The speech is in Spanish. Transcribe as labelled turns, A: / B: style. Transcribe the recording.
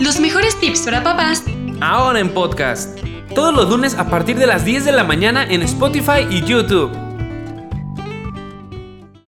A: Los mejores tips para papás.
B: Ahora en podcast. Todos los lunes a partir de las 10 de la mañana en Spotify y YouTube.